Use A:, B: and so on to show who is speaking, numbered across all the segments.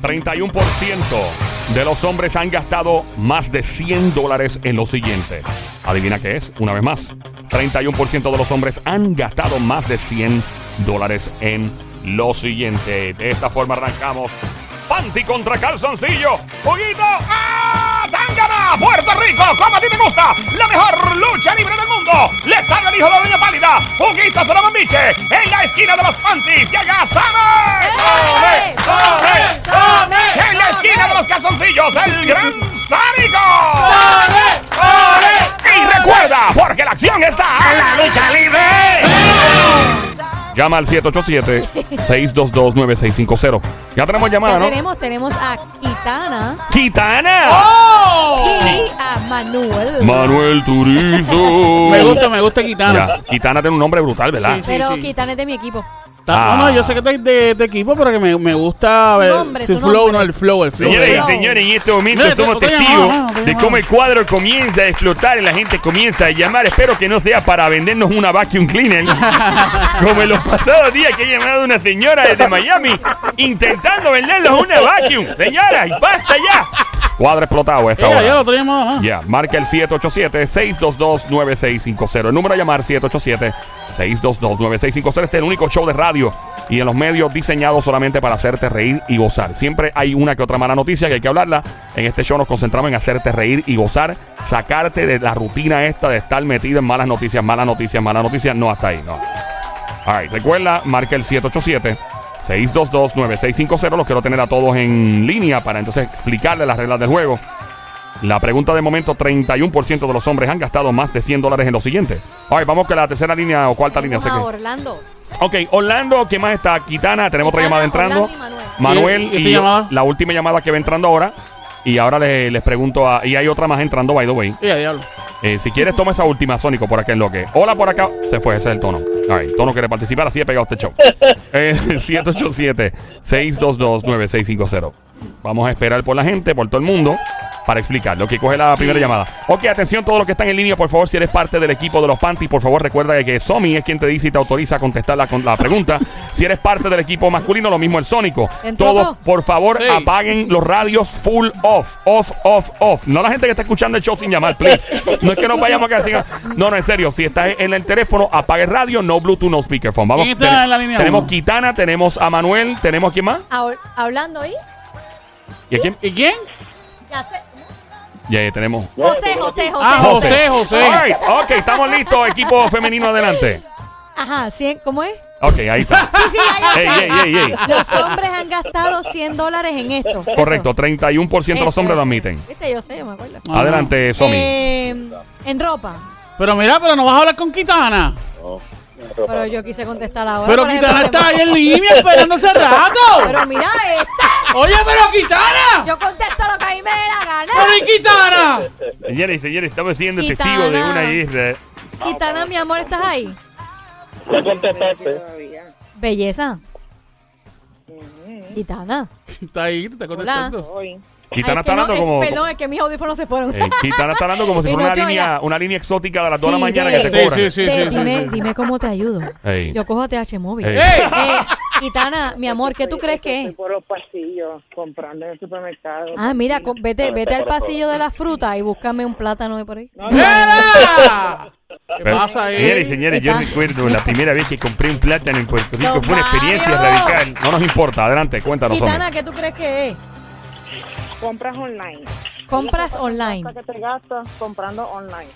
A: 41% de los hombres han gastado más de 100 dólares en lo siguiente. Adivina qué es, una vez más. 31% de los hombres han gastado más de 100 dólares en lo siguiente. De esta forma arrancamos. Panty contra calzoncillo. ¡Juguito! ¡Ah! ¡Tangana! ¡Puerto Rico! ¡Como a ti te gusta! ¡La mejor lucha libre del mundo! ¡Les habla el hijo de la doña pálida! ¡Juguito Solomambiche! ¡En la esquina de los panties! ¡Llega Summer!
B: ¡Eh!
C: ¡Come, come, come!
A: ¡En la esquina de los calzoncillos! ¡El gran Sánico!
C: ¡Corre, corre!
A: Y recuerda, porque la acción está en la lucha libre. Llama al 787-622-9650. Ya tenemos llamada,
B: Ya
A: ¿no?
B: tenemos, tenemos a Kitana
A: ¡Kitana!
D: Oh.
A: Oh.
B: y a Manuel.
A: Manuel Turizo.
D: Me gusta, me gusta Kitana.
A: Ya, Kitana tiene un nombre brutal, ¿verdad?
D: Sí, sí.
B: Pero Kitana es de mi equipo.
D: Está- No,
A: Ah.
D: no, yo sé que está de, de equipo, pero que me, me gusta
B: Su
D: eh,
B: nombre,
D: su
B: su
D: flow,
B: nombre.
D: no el flow, el flow.
B: Sí,
A: Señores,
B: Pero-
A: señores, en este momento
D: Mira,
A: somos
D: otra llamada,
A: testigos
D: mano, otra
A: de
D: llamada.
A: cómo el cuadro comienza a explotar y la gente comienza a llamar. Espero que no sea para vendernos una vacuum cleaner, como en los pasados días que ha llamado una señora desde Miami intentando vendernos una vacuum. Señora, basta ya. Cuadro explotado a esta
D: Ya, ya
A: hora.
D: lo teníamos. ah.
A: Ya, marca el 787-622-9650. El número a llamar 787-622-9650. Este es el único show de radio y en los medios diseñados solamente para hacerte reír y gozar. Siempre hay una que otra mala noticia que hay que hablarla. En este show nos concentramos en hacerte reír y gozar, sacarte de la rutina esta de estar metido en malas noticias, malas noticias, malas noticias. No, hasta ahí, no. All right, recuerda, marca el 787 622 9650. Los quiero tener a todos en línea para entonces explicarles las reglas del juego. La pregunta de momento, 31% de los hombres han gastado más de 100 dólares en lo siguiente. All right, vamos con la tercera línea o cuarta línea.
B: Tenemos
A: sé
B: a
A: que-
B: Orlando.
A: Ok, Orlando, ¿qué más está? Kitana, tenemos otra llamada
B: Kitana,
A: entrando.
B: Orlando y Manuel.
A: Manuel
D: ¿Y- y
A: y,
D: esta llamada?
A: la última llamada que va entrando ahora. Y ahora le- les, pregunto, a- y hay otra más entrando, by the way.
D: Ya, diablo.
A: Eh, si quieres, toma esa última, Sónico, por aquel que Hola, por acá. Se fue, ese es el tono. Ay, tono quiere participar, así he pegado este show. Eh, 787-622-9650. Vamos a esperar por la gente, por todo el mundo, para explicarlo. Que coge la primera llamada. Ok, atención, todos los que están en línea, por favor, si eres parte del equipo de los Panties, por favor, recuerda que Somi es quien te dice y te autoriza a contestar la, con- la pregunta. si eres parte del equipo masculino, lo mismo el Sónico.
B: ¿Entró
A: Todos,
B: todo?
A: por favor,
D: Sí.
A: apaguen los radios full off, off, off, off. No la gente que está escuchando el show sin llamar, please. No es que nos vayamos a quedar sin... No, no, en serio. Si estás en el teléfono, apague el radio, no Bluetooth, no speakerphone. Vamos.
D: ¿Quién está
A: Tene-
D: en la línea
A: tenemos
D: uno?
A: Kitana, tenemos a Manuel, tenemos quién más.
B: A Or- a Orlando y
A: ¿Y a quién?
D: ¿Y quién?
B: ya sé-
A: Y ahí tenemos.
B: José, José, José.
D: Ah, José, José.
A: All right, ok, estamos listos. Equipo femenino adelante.
B: Ajá, ¿cien? ¿cómo es?
A: Ok, ahí está.
B: Sí, sí, ya, ya
A: Ey,
B: sé.
A: ey, ey, ey.
B: Los hombres han gastado 100 dólares en esto.
A: Correcto, 31% de
B: Eso,
A: los hombres
B: eso.
A: lo admiten.
B: Viste, yo sé, yo me acuerdo.
D: Ah.
A: Adelante, Somi.
B: Eh, en ropa.
D: Pero mira, pero no vas a hablar con Kitana.
B: Pero yo quise contestar ahora.
D: Pero
B: ¿cuál es el
D: Kitana está
B: problema?
D: ahí en línea esperando hace rato.
B: Pero mira esta.
D: Oye, pero Kitana.
B: Yo contesto lo que a mí me dé la gana.
D: Pero ¿y Kitana.
A: Señores, señores, estamos siendo
B: Kitana.
A: testigos de una isla.
B: Kitana, mi amor, ¿estás ahí?
E: Ya contestaste.
B: Belleza. Kitana.
D: Está ahí, te está contestando.
A: Kitana
B: Ay, es que
A: está
B: no,
A: hablando
B: es-
A: como.
B: Perdón, es que mis audífonos se fueron.
A: Eh, Kitana está hablando como si
B: Y
A: fuera una
B: no estoy
A: línea,
B: allá.
A: una línea exótica de las 2 de la
B: Sí,
A: mañana
B: de-
A: que te
D: Sí,
A: cobran.
D: sí, sí,
B: Ve,
D: sí, sí,
B: dime,
D: sí.
B: dime cómo te ayudo.
A: Ey.
B: Yo cojo a TH Móvil.
A: Ey.
D: ¡Ey!
B: Eh, Kitana, mi amor, ¿qué tú crees que es?
E: Por los pasillos, comprando en el supermercado.
B: Ah, mira, co- vete, vete al pasillo de las frutas y búscame un plátano de por ahí.
D: ¡Mira! ¿Qué
A: Pero,
D: pasa
A: Señores,
D: ahí?
A: señores, yo
B: Está-
A: recuerdo la primera vez que compré un plátano en Puerto Rico.
B: Don
A: Fue una experiencia
B: Mario.
A: radical. No nos importa. Adelante, cuéntanos.
B: Kitana,
A: hombre.
B: ¿qué tú crees que es?
E: Compras online.
B: Compras online.
E: Hasta que te gastas comprando online.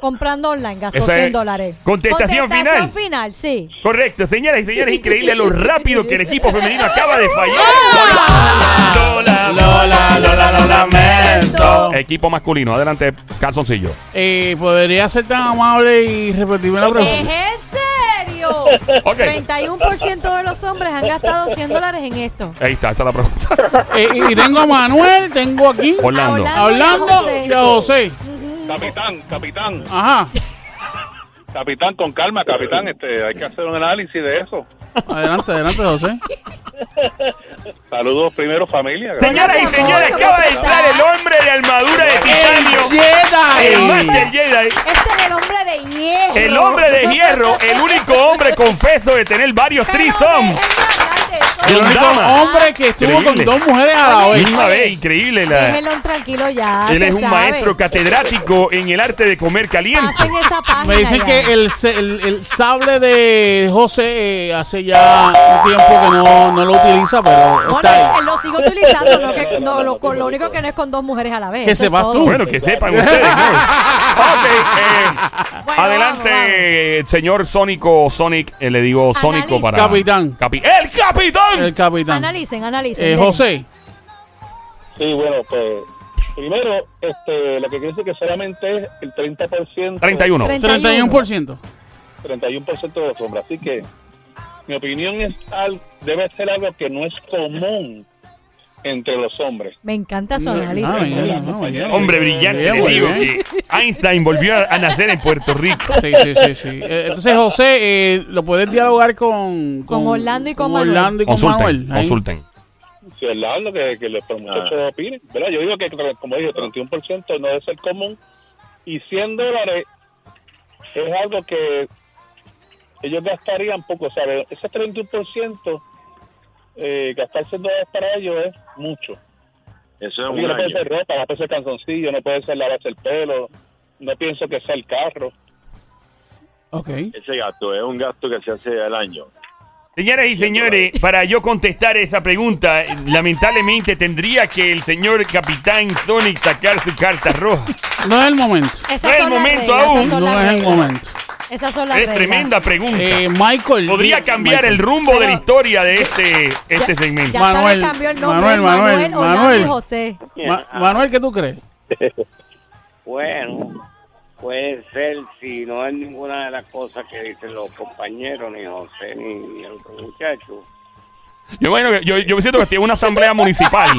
B: Comprando online, gastó
A: Esa es
B: 100 dólares.
A: contestación
B: Contestación
A: final.
B: final, sí.
A: Correcto, señoras y señores, increíble lo rápido que el equipo femenino acaba de fallar. Lola,
D: Lola, Lola, lo lamento.
A: Equipo masculino, adelante, calzoncillo.
D: Eh, ¿Podría ser tan amable y repetirme la
B: ¿Es
D: pregunta?
B: en serio?
A: Ok.
B: 31% de los hombres han gastado 100 dólares en esto.
A: Ahí está, esa es la pregunta.
D: Eh, y- y tengo a Manuel, tengo aquí.
A: Orlando.
B: Orlando.
D: a Orlando
B: José.
D: y a José.
F: Capitán, capitán,
D: Ajá.
F: capitán, con calma, capitán, este, hay que hacer un análisis de eso.
D: Adelante, adelante, José.
F: Saludos primero familia.
A: Señoras y
B: Hola, mi amor,
A: señores,
B: ¿cómo
A: acaba de
B: tú
A: entrar
B: estás?
A: el hombre de armadura de titanio. El Master
D: Jedi.
A: Jedi.
B: Este es el hombre de hierro.
A: El hombre de hierro, el único hombre confeso de tener varios
B: Pero
A: trisom.
B: déjenme hablar,
D: El
A: Con
D: único
A: dama.
D: hombre que estuvo
A: Increíble.
D: con dos mujeres a la vez.
A: Una vez, increíble. la-
B: Déjenlo tranquilo ya.
A: él
B: se
A: es un
B: sabe.
A: maestro catedrático en el arte de comer caliente.
B: Pasen esa página.
D: Me dicen
B: ya.
D: que el, se- el- el sable de José eh, hace ya un tiempo que no, no lo utiliza, pero
B: Bueno,
D: está
B: es-
D: ahí.
B: lo sigo utilizando, no que- no, lo, con- lo único que no es con dos mujeres a la vez.
D: Que
B: eso es
D: sepas
B: todo.
D: tú.
A: Bueno, que sepan ustedes. ¿no? Ok, eh,
B: Bueno,
A: adelante,
B: vamos, vamos.
A: el señor Sónico, Sonic, eh, le digo Sónico
B: Analiza.
A: para...
D: Capitán.
A: Capi- ¡El capitán!
D: El capitán.
B: Analicen, analicen.
D: Eh,
B: denle.
D: José,
G: Sí, bueno, pues primero, este, lo que quiere decir que solamente es el 30%,
A: 31.
D: 31%.
G: 31% de los hombres. Así que mi opinión es al, debe ser algo que no es común entre los hombres.
B: Me encanta su análisis.
D: Ah,
B: muy
D: mira,
B: bien.
D: ah, mira.
A: Hombre brillante,
D: Bien,
A: le digo
D: muy bien.
A: que Einstein volvió a a nacer en Puerto Rico.
D: Sí, sí, sí, sí. Eh, Entonces, José, eh, lo puedes dialogar con,
B: Con Orlando y con Manuel.
D: Orlando y con
A: Consulten,
D: Manuel. ahí.
A: consulten.
G: Si es lo que, que los muchachos opinen. ¿verdad? Yo digo que, como dije, 31% no debe ser común. Y 100 dólares es algo que ellos gastarían poco. O sea, ese 31%, eh, gastar 100 dólares para ellos es mucho.
H: Eso es
G: Porque
H: un
G: no puede
H: año.
G: ser ropa, no puede ser canzoncillo, no puede ser lavarse el pelo, no pienso que sea el carro.
D: Ok.
H: Ese gasto es un gasto que se hace al año.
A: Señoras y señores, para yo contestar esta pregunta, eh, lamentablemente tendría que el señor capitán Sonic sacar su carta roja.
D: No es el momento.
B: Esas
A: No es el
B: son las
A: momento
B: reglas,
A: aún.
B: esas son
D: No
B: las
D: es el
B: reglas.
D: momento.
B: Esas son las
A: Es
B: reglas.
A: tremenda pregunta.
D: Eh, Michael.
A: Podría
D: di-
A: cambiar el
D: Michael.
A: rumbo de la
B: Pero-
A: historia de este, este segmento.
B: Ya
D: Manuel,
B: Manuel, cambió el nombre.
D: Manuel,
B: Manuel,
D: Manuel,
B: Manuel, Orlando
D: Manuel.
B: y José.
D: Ma- Manuel, ¿qué tú crees?
I: Bueno, puede ser si no es ninguna de las cosas que dicen los compañeros, ni José, ni el otro muchacho.
A: Yo, bueno, yo, yo siento que estoy en una asamblea municipal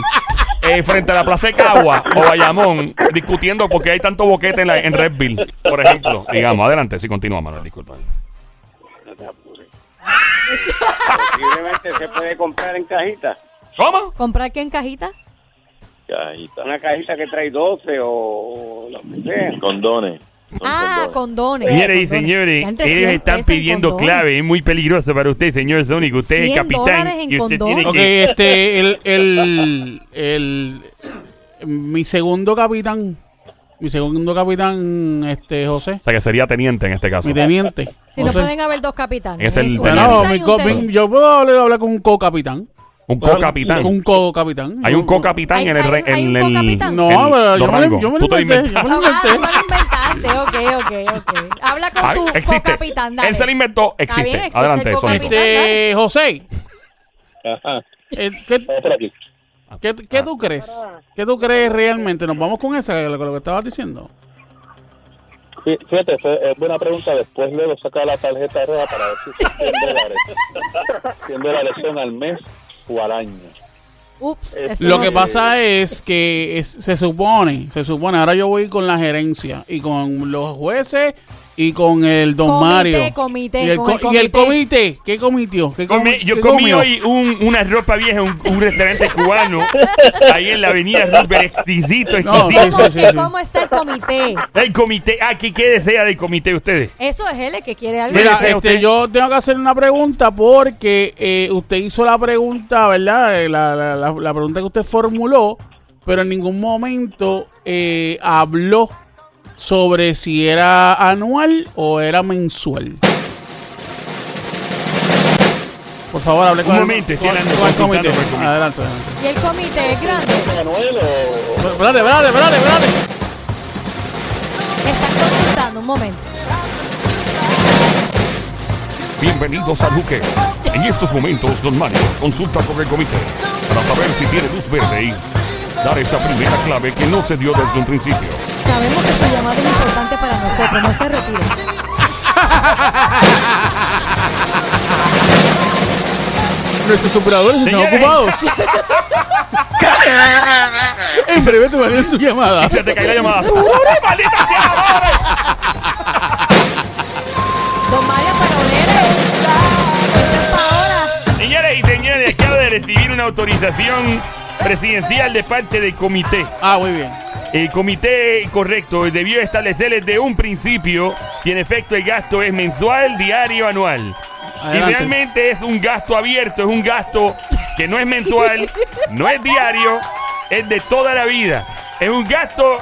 A: eh, frente a la Plaza de Cagua o Bayamón discutiendo porque hay tanto boquete en, la, en Redville, por ejemplo. Digamos, adelante, si continúa, Manuel, disculpa.
I: No te apures. Posiblemente se puede comprar en cajita.
A: ¿Cómo?
B: ¿Comprar qué en cajita?
H: Cajita.
J: Ah.
I: Una cajita que trae 12 o, o lo que sea.
H: Condones. Son
B: Ah, condones.
A: Señores y
B: Condones.
A: señores,
B: Ya entre
A: ellos
B: 100
A: están
B: pesos en
A: pidiendo
B: condones.
A: clave. Es muy peligroso para usted, señor Sonic. Usted es
B: 100
A: capitán
B: dólares en
A: y usted
B: condón.
A: tiene
D: Ok,
A: que...
D: este, el, el, el, mi segundo capitán, mi segundo capitán, este, José,
A: O sea, que sería teniente en este caso.
D: mi teniente.
B: Si no
D: José.
B: pueden haber dos capitanes.
A: Es el
B: un
A: teniente.
D: Bueno,
B: capitán
D: mi
B: y
D: co-
B: un teniente.
D: mi- yo puedo hablar, hablar con un co-capitán.
A: Un
D: Puedo hablar
A: co-capitán.
D: con Un co-capitán.
A: Hay un co-capitán
B: Hay-
A: en el...
B: hay-
A: re-
B: hay
A: en
B: un
A: el-
B: co-capitán.
D: No,
A: en
D: pero yo
A: los
D: me, lo-
A: rangos.
D: yo me
A: Tú te
D: lo
A: lo
D: inventé.
A: inventas.
D: Yo me lo
B: Ah,
D: inventé.
B: tú lo inventaste. Ok, ok, ok. Habla con
A: Ah,
B: tu
A: existe.
B: co-capitán. dale.
A: Él se lo inventó.
B: Está bien,
A: Existe.
B: existe
A: Adelante,
B: el
A: Sonic.
B: co-capitán.
D: Este, José,
G: Ajá,
D: eh, ¿qué,
G: vamos por aquí.
D: qué, qué tú crees? ¿Qué tú crees realmente? Nos vamos con esa, lo, lo que estabas diciendo.
G: Fí- Fíjate, fue- es buena pregunta. Después luego saca la tarjeta roja para decir si 100 dólares. 100 dólares son al mes o al año.
B: Ups.
G: Eh,
B: eso
D: Lo
B: no-
D: que pasa es que es- se supone, se supone, ahora yo voy con la gerencia y con los jueces y con el don
B: Comité,
D: Mario.
B: comité,
D: y el,
B: con el
D: co- y el
B: comité.
D: comité, ¿qué comitió? ¿Qué comi-
A: Comí- yo
D: qué
A: comí
D: comió?
A: hoy un- una ropa vieja en un, un restaurante cubano ahí en la avenida Rupert, exquisito,
D: No,
A: exquisito.
D: sí, sí,
B: ¿Cómo,
D: sí,
B: que
D: sí.
B: ¿Cómo está el comité?
A: El comité, ah, ¿qué, qué desea del comité ustedes?
B: Eso es él el que quiere algo.
D: Mira,
A: ¿Qué desea
D: este,
A: usted?
D: yo tengo que hacer una pregunta porque eh, usted hizo la pregunta, ¿verdad? Eh, La, la- la- la pregunta que usted formuló, pero en ningún momento eh, habló sobre si era anual o era mensual. Por favor, hable con
A: Un
D: el-
A: momento, estoy
D: con-
A: hablando,
D: con el comité.
A: consultando con el comité.
D: Adelante, adelante.
B: Y el comité es grande.
G: Manuel o...
D: Pero, Espérate, espérate, espérate, espérate.
B: Están consultando un momento.
A: Bienvenidos al buque. En estos momentos, don Mario consulta con el comité para saber si tiene luz verde y dar esa primera clave que no se dio desde un principio.
B: Sabemos que tu llamada es importante para nosotros. No se retire.
D: Nuestros operadores están
A: Señores.
D: ocupados. en breve te van a su llamada.
A: Y se te cae la llamada. ¡Ure, maldita sea la madre!
B: Don Mario, pero lele. ahora.
A: Señoras y señores, acaba de recibir una autorización presidencial de parte del comité.
D: Ah, muy bien.
A: El comité correcto debió establecer desde un principio que en efecto el gasto es mensual, diario, anual. Y
D: Adelante.
A: realmente es un gasto abierto, es un gasto que no es mensual, no es diario, es de toda la vida. Es un gasto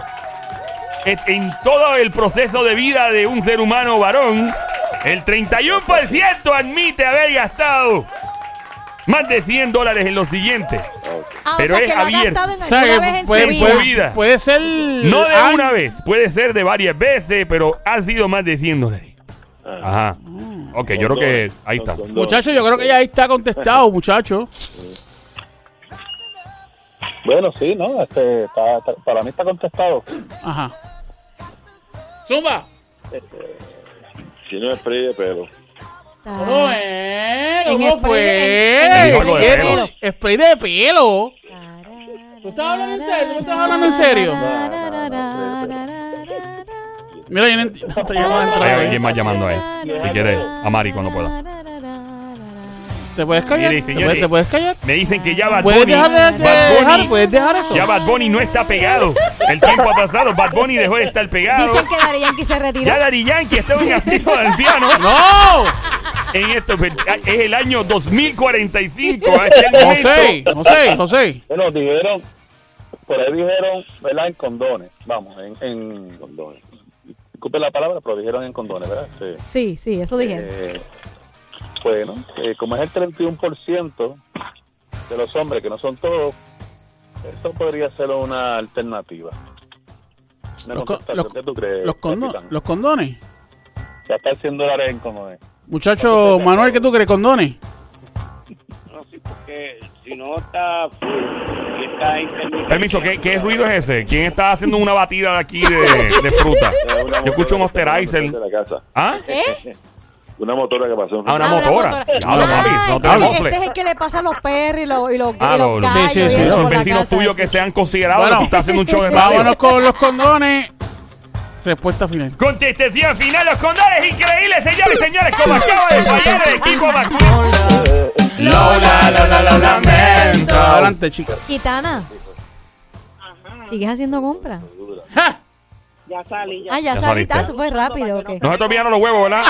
A: en- en todo el proceso de vida de un ser humano varón. El 31% admite haber gastado más de 100 dólares en los siguientes.
B: Ah,
A: Pero
B: o sea
A: es
B: que lo ha
A: abierto.
B: gastado en
D: O sea, eh,
B: alguna
D: que
B: vez en
D: puede,
B: su vida.
D: puede-
A: vida.
D: puede ser.
A: No de
D: an-
A: una vez, puede ser de varias veces, pero han sido más de 100 dólares.
H: Ah.
A: Ajá.
H: Mm.
A: Ok, yo creo que ahí está.
D: Muchacho, yo creo que ya ahí está contestado, muchacho.
G: Bueno, sí, ¿no? Este, está- está- para mí está contestado.
D: Ajá. Zumba.
H: Si no es frío, pero.
B: Ah.
D: ¿Cómo es?
B: En
D: ¿Cómo
B: spray de-
A: en-
D: fue?
A: en spray
D: ¿Qué?
A: de pelo.
D: Spray de pelo.
B: ¿Tú
D: ¿Tú estás hablando en serio? ¿Tú estás hablando en serio? Mira, yo no entiendo. Esta llamada entra
A: Hay
D: ahí.
A: alguien más llamando a él. Si quiere, a Mari cuando pueda.
D: ¿Te puedes callar?
A: Mire,
D: ¿Te
A: señores.
D: puedes, te puedes callar?
A: Me dicen que ya Bad
D: ¿Puedes
A: Bunny,
D: dejar, de- de-
A: Bad Bunny-
D: dejar- ¿Puedes dejar eso?
A: ya Bad Bunny no está pegado. El tiempo ha pasado. Bad Bunny dejó de estar pegado.
B: Dicen que Dari Yankee se retiró.
A: Ya Daddy Yankee está en activo de anciano.
D: ¡No!
A: En esto pues, es el año 2045. a este momento.
D: José, José, José.
G: Bueno, dijeron, por ahí dijeron, ¿verdad? En condones, vamos, en, en condones. Disculpe la palabra, pero dijeron en condones, ¿verdad? Sí.
B: Sí, sí, eso dije.
G: Eh, bueno, eh, como es el 31% de los hombres, que no son todos, eso podría ser una alternativa. Una
D: Los, co-
G: contestación,
D: los-
G: ¿qué tú crees,
D: los condo-
G: capitán?
D: los condones.
G: Gastar 100 dólares en condones.
D: Muchacho Manuel, ¿qué tú crees? ¿Condones?
I: No, sí, porque si no está full y está intermitente.
A: Permiso, ¿qué, qué ruido es ese? ¿Quién está haciendo una batida de aquí de, de fruta?
H: Una
A: Yo escucho un
H: motora que está
A: Osterizer.
H: en el frente de la casa.
A: ¿Ah?
B: ¿Eh?
H: Una motora que pasó. en
A: Ah, una
B: Ah,
H: frente.
A: motora. Diablo, papi,
B: Ah,
A: no te
B: entonces
A: mofles.
B: Este es el que le pasa a los perros y los, y los,
A: Ah,
B: y los
A: lo- lo-
D: Sí, sí,
B: gallos y
D: sí,
B: eso
D: sí.
A: Los
B: por la
A: vecinos
B: casa,
A: tuyos que
B: sí.
A: sean considerados
D: Bueno,
A: que está haciendo un show de radio.
D: Vámonos con los condones. Respuesta final.
A: Contestación final, los condones increíbles, señores y señores, como acaba de fallar el equipo vacuno.
D: Lola, Lola, lo lamento. Adelante, chicas.
B: Gitana. ¿Sigues haciendo compra?
D: ¡Ja!
E: Ya salí, ya.
B: Ah, ya
A: Ya
B: saliste.
A: saliste.
B: Ah, eso fue rápido. ok.
A: No se te olvidaron los huevos, ¿verdad?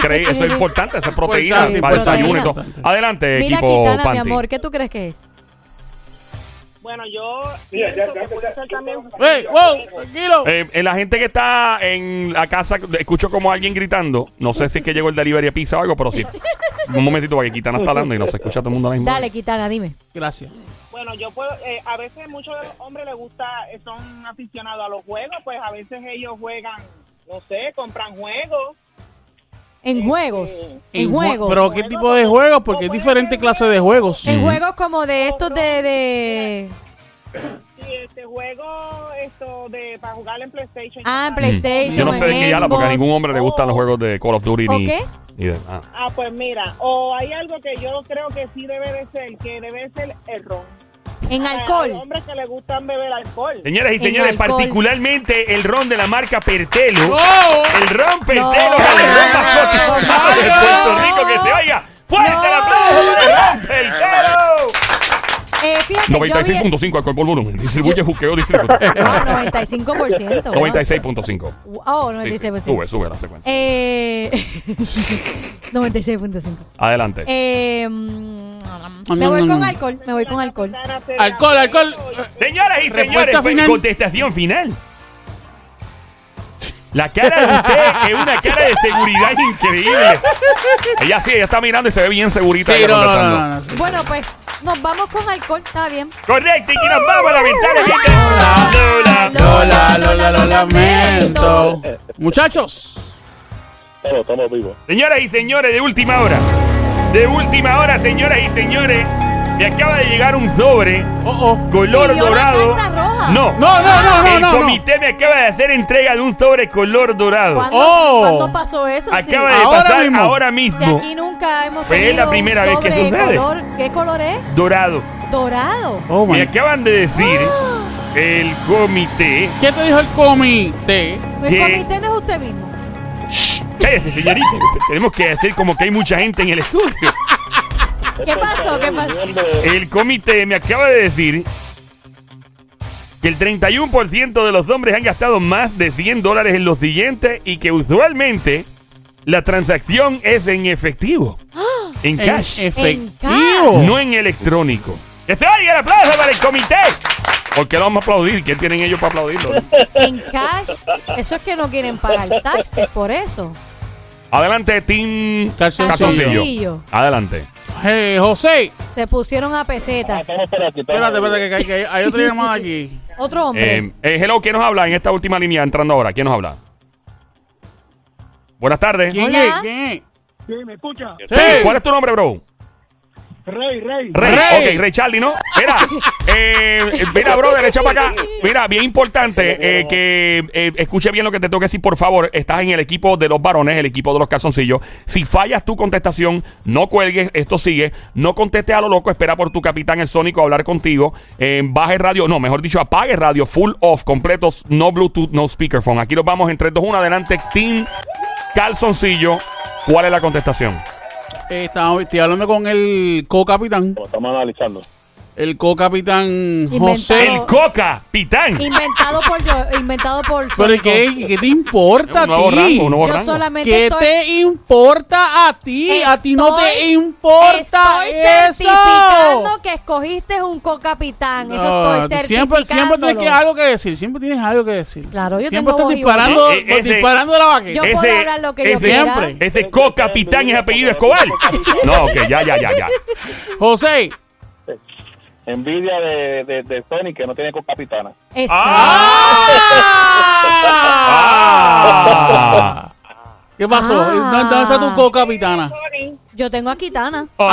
A: Creí, eso es importante, eso es proteína
D: Importante,
A: para desayuno y todo.
D: importante.
A: Adelante,
B: Mira,
A: equipo
B: Kitana,
A: Panty.
B: mi amor, ¿qué tú crees que es?
E: Bueno, yo pienso que puede ser también...
D: ¡Ey, wow! Tranquilo.
A: Eh, eh, la gente que está en la casa, escucho como alguien gritando. No sé si es que llegó el delivery a pizza o algo, pero sí. Un momentito para que Kitana está hablando y no se escucha todo el mundo ahora mismo.
B: Dale, Kitana, dime.
D: Gracias.
E: Bueno, yo puedo, eh, a veces muchos de los hombres les gusta, eh, son aficionados a los juegos, pues a veces ellos juegan, no sé, compran juegos.
B: En juegos. En
D: En jue-
B: juegos.
D: Pero ¿qué tipo de juegos? Porque es diferente clase de juegos.
B: En juegos como de estos de... de...
E: Y este juego, esto de, para jugar en
B: Ah, en
E: PlayStation. ya sabes.
B: PlayStation,
A: Mm. Yo no sé de
B: en
A: qué habla porque a
B: Xbox.
A: ningún hombre le gustan los juegos de Call of Duty
B: ¿O
A: ni,
B: qué?
A: ni de- ah.
E: Ah, pues mira, o hay algo que yo creo que sí debe de ser, que debe de ser el ron.
B: En
E: Hay
B: alcohol.
E: hombres que les gustan beber alcohol.
A: Señoras y
B: En
A: señores,
B: alcohol.
A: particularmente el ron de la marca Pertelo.
D: ¡Oh!
A: El ron Pertelo,
B: No.
A: es el ron más
B: No.
A: cotizado de Puerto Rico que se oiga. ¡Fuerte
B: No.
A: el aplauso para el ron Pertelo!
B: Eh, fíjate, yo vi...
A: 96.5 alcohol por volumen. Distribuye juqueo distributo.
B: Ah, 95%. wow.
A: 96.5
B: Oh,
A: Sí, sí.
B: 96%.
A: Sube, sube la frecuencia.
B: Eh, 96.5.
A: Adelante.
B: Eh, mm, me voy con alcohol, me voy con alcohol.
D: Alcohol, alcohol.
A: Señoras y
D: Respuesta
A: señores, fue
D: final.
A: contestación final. La cara de usted es una cara de seguridad increíble. Ella sí, ella está mirando y se ve bien segurita.
D: Sí,
A: ella
D: no, no,
A: contestando.
D: no, no, sí.
B: Bueno, pues nos vamos con alcohol, está bien.
A: Correcto, y que nos vamos a la ventana. gente.
B: Lola,
D: Lola, Lola, lo lamento. Muchachos,
G: Todos estamos vivos.
A: Señoras y señores, de última hora. De última hora, señoras y señores. Me acaba de llegar un sobre
D: oh, oh.
A: color
B: Pidió la
A: dorado.
B: carta roja.
A: No,
D: No, no, no, no,
A: el
D: no, no.
A: comité me acaba de hacer entrega de un sobre color dorado.
B: ¿Cuándo,
D: Oh.
B: cuándo pasó eso? Sí.
A: Acaba de
D: Ahora
A: pasar
D: mismo.
A: ahora
B: Si
A: mismo.
B: aquí nunca hemos
A: Pues es
B: tenido
A: la primera
B: un
A: vez que
B: sobre
A: sucede.
B: color- ¿Qué color es?
A: Dorado.
B: Dorado. ¡Ah!
D: Oh,
A: Me
D: my.
A: acaban de decir el comité.
D: ¿Qué te dijo el comité?
B: El
A: ¿Qué?
B: comité no es usted mismo.
A: Cállese, señorita. Tenemos que hacer como que hay mucha gente en el estudio.
B: ¿Qué pasó? ¿Qué pasó?
A: El comité me acaba de decir que el 31% de los hombres han gastado más de 100 dólares en los siguientes y que usualmente La transacción es en efectivo. En
D: En
A: cash.
D: efectivo.
A: no en electrónico. Este ahí el aplauso para el comité. ¿Por qué lo vamos a aplaudir? ¿Qué tienen ellos para aplaudirlo?
B: En cash. Eso es que no quieren pagar taxes, por eso.
A: Adelante, Team
D: Calzoncillo.
B: Calzoncillo.
A: Adelante.
D: Eh, José,
B: Se pusieron a peseta.
G: Estamos por aquí. estamos
D: espérate,
G: por
D: espérate, que, hay- que hay, hay otra llamada aquí.
B: Otro hombre.
A: Eh, eh, hello, ¿quién nos habla en esta última línea entrando ahora? ¿Quién nos habla? Buenas tardes.
D: ¿Quién
B: Hola.
D: es? ¿Quién es?
E: Sí, me escucha.
D: Sí.
A: ¿Cuál es tu nombre, bro?
E: Rey, rey.
A: Rey.
D: Rey.
A: Ok, Rey Charlie, ¿no? Mira, eh, mira, brother, echa para acá. Mira, bien importante eh, que eh, escuche bien lo que te tengo que decir, por favor. Estás en el equipo de los varones, el equipo de los calzoncillos. Si fallas tu contestación, no cuelgues, esto sigue. No contestes a lo loco, espera por tu capitán, el Sónico, a hablar contigo. Eh, baje radio, no, mejor dicho, apague radio, full off, completos, no Bluetooth, no speakerphone. Aquí los vamos en 3, 2, 1, adelante, Team Calzoncillo. ¿Cuál es la contestación?
D: Eh, estaba- estoy hablando con el co-capitán.
G: aquí. Estamos analizando.
D: El co-capitán
B: Inventado.
A: El
D: José.
A: Coca, Pitán.
B: Inventado por yo, inventado por
D: ¿Pero
B: Sónico.
D: qué, qué te importa
A: Un nuevo
D: a ti?
A: rango, un nuevo
B: Yo
A: rango.
B: solamente
D: ¿Qué
B: estoy
D: te importa a ti? a ti no te
B: Estoy-
D: importa
B: estoy
D: eso.
B: certificando que escogiste un co-capitán.
D: No,
B: Eso estoy
D: Ah, siempre,
B: certificando.
D: siempre tienes que- algo que decir, siempre tienes algo que decir.
B: Claro, yo tengo
D: siempre estás
B: voz y
D: disparando,
A: voto. Eh, eh, es de-
D: disparando de la vaqueta.
B: Yo
A: Ese-
B: puedo hablar lo que yo
A: ese-
B: quiera.
D: Siempre.
A: Es de co-capitán y es apellido Escobar. No, ok, ya, ya, ya, ya.
D: José,
G: Envidia de, de, de Sony que no tiene capitana.
B: Exacto.
A: Ah.
D: ¿qué pasó?
B: Ah.
D: ¿Dónde, dónde está tu co-capitana?
B: Yo tengo a Kitana.
D: ¡Ah!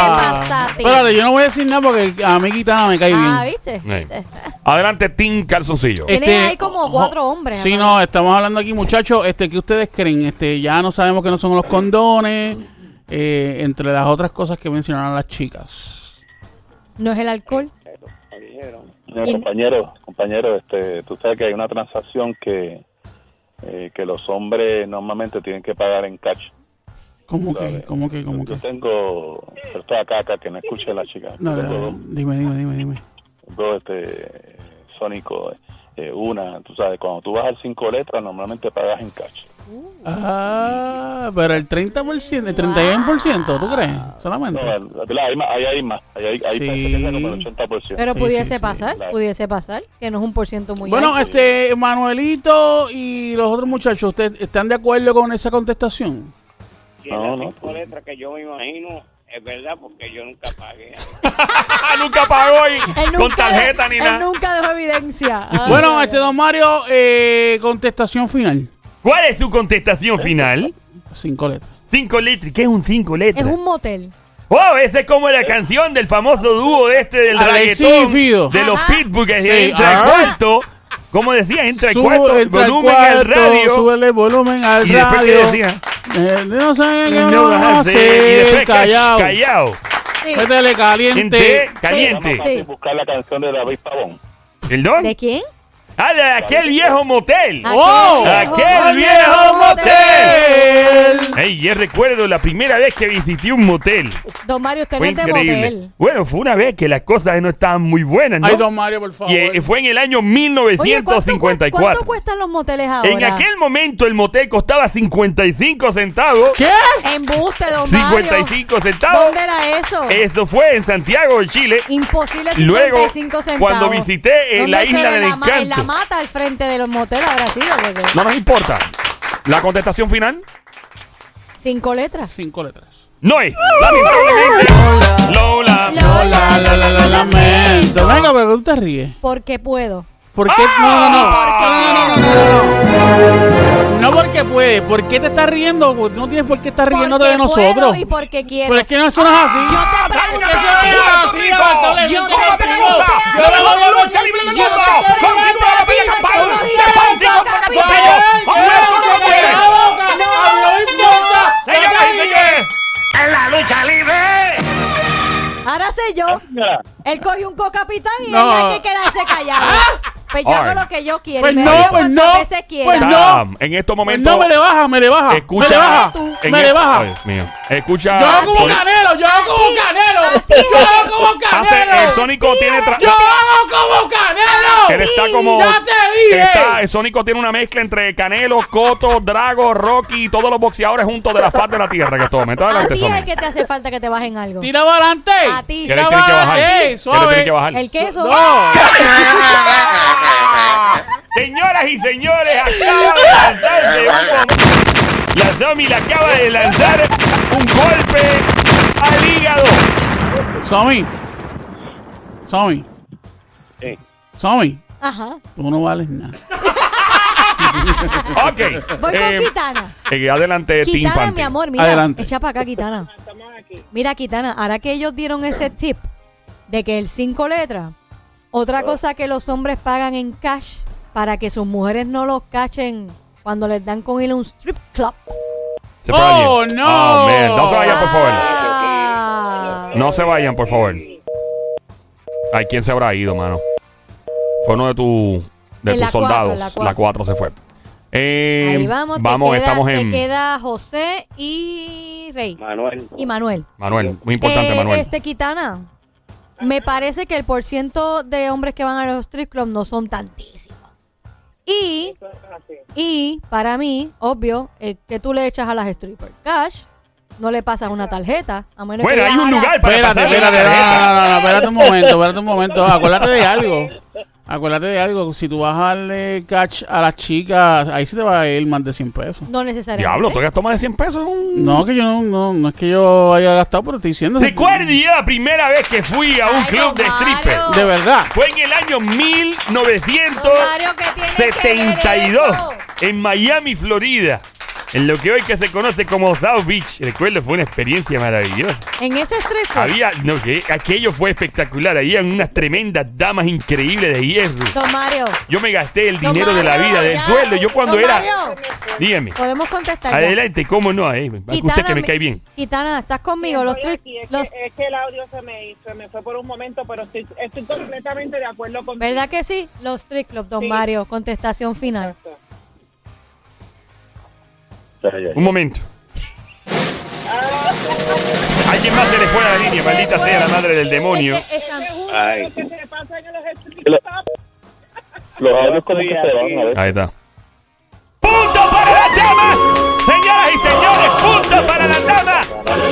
B: ¿Qué te pasa a ti?
D: Espérate, yo no voy a decir nada porque a mí Kitana me cae
B: Ah,
D: bien.
B: ¿viste?
A: Eh. Adelante, Team Calzoncillo.
B: Tiene ahí como
D: Este, jo-
B: cuatro hombres,
D: Sí,
B: ¿no?
D: no, estamos hablando aquí, muchachos. Este, ¿Qué ustedes creen? Este, ya no sabemos que no son los condones. eh, entre las otras cosas que mencionaron las chicas.
B: No es el alcohol.
G: Mira,
B: Y-
G: compañero, compañero, este, tú sabes que hay una transacción que, eh, que los hombres normalmente tienen que pagar en cash.
D: ¿Cómo que? ¿Cómo que? ¿Cómo que?
G: Yo tengo, pero esto acá, acá, que no escuche la chica.
D: No, no,
G: Yo tengo
D: no, dime, dime, dime, dime.
G: dos, este, sónico, eh, una, tú sabes, cuando tú vas al cinco letras, normalmente pagas en cash.
D: Ah, pero el 30%, el 31%, ¿tú crees? Solamente.
G: No, ¿verdad? hay, más, hay, hay más, hay, hay, hay
D: Sí.
G: gente que saca como el 80%.
B: Pero
D: Sí, sí,
B: pudiese
D: sí.
B: pasar,
G: Claro.
B: pudiese pasar, que no es un por ciento muy
D: Bueno,
B: alto.
D: este, Manuelito y los otros muchachos, ¿ustedes están de acuerdo con esa contestación?
I: Y
G: No,
I: las
G: no,
I: cinco
G: pues.
I: letras que yo me imagino es verdad porque yo nunca pagué.
A: nunca pagó y
B: Él
A: con
B: nunca
A: tarjeta
B: de-
A: ni
B: Él
A: nada.
B: nunca dejó evidencia. Ah.
D: Bueno, este, don Mario, eh, contestación final.
A: ¿Cuál es tu contestación final?
D: Cinco letras.
A: Cinco letras. ¿Qué es un cinco
B: Es
A: letras?
B: un motel.
A: ¡Wow! Esa es como la canción del famoso dúo este del
D: Alexis
A: reggaetón
D: y Fido.
A: de los
B: Ajá.
A: Pitbull que
D: Sí,
A: entra al
D: ah.
A: cuarto. Como decía, entra al
D: Sube-
A: cuarto,
D: entra al
A: volumen al
D: cuarto,
A: radio.
D: Súbele el volumen al
A: Y después que
D: radio.
A: decía,
D: Eh, no sé qué
A: no
D: vamos
A: vas a hacer. Y después,
D: callao.
A: callao.
B: Sí.
D: Métele caliente.
A: Gente, caliente.
B: Sí.
G: Hay que buscar la canción de David Pavón.
A: ¿El don?
B: ¿De Ah. quién?
A: ¡Ah, de aquel viejo motel!
D: ¡Oh!
A: ¡Aquel viejo
D: motel!
A: Ey, ya recuerdo la primera vez que visité un motel.
B: Don Mario, usted no
A: Fue
B: es de
A: increíble.
B: motel.
A: Bueno, fue una vez que las cosas no estaban muy buenas, ¿no?
D: Ay, don Mario, por favor.
A: y eh, fue en el año
B: Oye, ¿cuánto, cu-
A: 1954.
B: ¿cuánto cuestan los moteles ahora?
A: en aquel momento el motel costaba 55 centavos.
D: ¿Qué?
B: Embuste, don Mario.
A: 55 centavos.
B: ¿Dónde era eso?
A: Esto fue en Santiago de Chile.
B: Imposible 55
A: Luego,
B: centavos.
A: cuando visité en
B: ¿Dónde
A: la
B: será?
A: isla del
B: En la ma- En la
A: encanto.
B: mata al frente del motel habrá sido. porque-
A: No nos importa. La contestación final
B: Cinco letras.
D: Cinco letras.
A: no es. Lamentablemente. Lola.
D: No, la, la, la, la, lamento. Venga, pero tú te ríes.
B: Porque puedo.
D: ¿Por qué? No, no, no. No, no, no, no, no, no. No porque puedes. ¿Por qué te estás riendo? Porque tú no tienes por qué estar riéndote
B: Porque
D: de nosotros. Pues,
B: puedo y porque quiero.
D: Pero es que no, eso no es así.
B: Yo te
D: Porque
B: pregunté.
D: eso no es así, Bartolomé,
B: Yo
D: tú
B: te
D: eres
B: pregunté.
D: primo.
B: a
D: Yo
B: ti.
D: no hablo de
B: este Yo
D: lucha libre de
B: te
D: nosotros.
B: pregunté
D: Con
B: a
D: esto
B: ti,
D: la pilla
B: porque
D: capaz.
B: tú
D: Te
B: dijiste
A: pongo con
B: loca,
A: la
B: capitán.
A: botella.
B: No,
A: ¡Hombre, no,
B: no, no,
A: no,
B: no,
A: no,
B: no,
D: boca! ¡No importa!
A: ¡En la lucha libre!
B: Ahora sé yo. Él cogió un co-capitán y
D: No.
B: ella hay que quedarse callada. Pues yo hago
A: Alright.
B: lo que yo quiero. y
D: Pues
B: me
D: no,
B: río
D: pues
B: cuantas
D: no,
B: veces quiera.
D: pues no.
A: en estos momentos.
D: No me le baja, me le baja.
A: Escucha.
D: Me le baja.
A: en
D: Me le
A: e-
D: baja.
A: Ay, Dios mío. Escucha.
D: Yo hago como
A: Sónico-
D: Canelo, canelo, yo hago como canelo. Yo hago como
A: Hace, el
D: canelo.
A: Sónico tiene tra-
D: Yo hago como
A: Él
D: canelo.
A: está como.
D: Ya te dije.
A: Está, el Sónico tiene una mezcla entre Canelo, Coto, Drago, Rocky y todos los boxeadores juntos de la faz de la tierra que tomen. Está
B: A
A: adelante,
B: ti es el
A: Sónico.
B: Ah, que te hace falta que te bajen algo.
D: Tira para adelante.
B: A ti.
A: Que
D: Tira
A: le tiene
D: para
A: que bajar.
D: adelante.
A: Que le tiene
D: eh, suave.
A: que bajar.
B: El queso.
D: No. Ah.
A: Señoras y señores, acaba de lanzarse un momento. La Domi le acaba de lanzar un golpe al hígado.
D: Somi. Somi.
I: Sí.
D: Somi.
B: Ajá.
D: Tú no vales nada.
A: Ok.
B: Voy
A: Eh,
B: con Kitana.
A: eh, adelante, Team
B: Kitana,
A: Panty.
B: mi amor, mira.
D: Adelante.
B: Echa para acá, Kitana.
E: Estamos aquí.
B: Mira, Kitana, ahora que ellos dieron ese tip de que el cinco letras, otra cosa que los hombres pagan en cash para que sus mujeres no los cachen cuando les dan con él un strip club.
A: Se fue alguien.
D: Oh, no.
A: Oh, man. No se vayan, por favor.
B: Ah.
A: No se vayan, por favor. Ay, ¿quién se habrá ido, mano? Fue uno de tus de
B: En
A: tus
B: la cuatro,
A: soldados.
B: la cuatro.
A: la 4 se fue. Eh,
B: Ahí vamos, te
A: vamos
B: queda-
A: estamos
B: te
A: en.
B: queda José y Rey.
I: Manuel.
B: Y Manuel.
A: Manuel, muy importante,
B: Eh,
A: Manuel.
B: Este Kitana, me parece que el porciento de hombres que van a los strip clubs no son tantísimos. Y, y para mí, obvio, eh, que tú le echas a las strippers cash, no le pasas una tarjeta. A menos
A: Bueno,
B: que
A: hay
B: ella
A: un
B: haga-
A: lugar para
D: Espérate,
A: pasar la
D: espérate, no,
A: tarjeta.
D: no, no, no, espérate un momento, espérate un momento. Acuérdate de algo. Acuérdate de algo. Si tú vas a darle catch a las chicas, ahí se te va a ir más de 100 pesos.
B: No necesariamente.
A: Diablo, tú gastas más de 100 pesos en un.
D: No, que yo no, no, no es que yo haya gastado, pero estoy diciendo.
A: Recuerde yo la primera vez que fui a un
B: Ay,
A: club
B: don
A: de stripper.
B: Mario.
D: De verdad.
A: Fue en el año
B: Don Mario, ¿qué tiene que ver
A: 1972
B: eso?
A: en Miami, Florida. En lo que hoy que se conoce como South Beach. Recuerdo, fue una experiencia maravillosa.
B: En ese strip club,
A: Había, no, que aquello fue espectacular. Había unas tremendas damas increíbles de hierro.
B: Don Mario,
A: Yo me gasté el
B: Don
A: dinero de la
B: Mario,
A: vida, del
B: ya.
A: sueldo. Yo cuando
B: Don
A: era.
B: Mario.
A: Dígame.
B: podemos contestar. ya.
A: Adelante, ¿cómo no? Eh, usted que me
B: mi-
A: cae bien.
B: Gitana, estás conmigo.
E: Estoy
B: Los tres.
E: aquí, es,
B: Los,
E: que, es que el audio se me, se me fue por un momento, pero estoy, estoy completamente de acuerdo con
B: ¿Verdad que sí? Los tres club, don Mario. Contestación final.
A: Un momento. Alguien más se le fue a la línea, maldita sea la madre del demonio.
B: Es que esa-
I: Ay.
E: que se pasa en los strip
G: Lo-
E: clubs.
G: Los audios como que se van a ver.
A: Ahí está. ¡Punto para la dama! Señoras y señores, punto para la dama.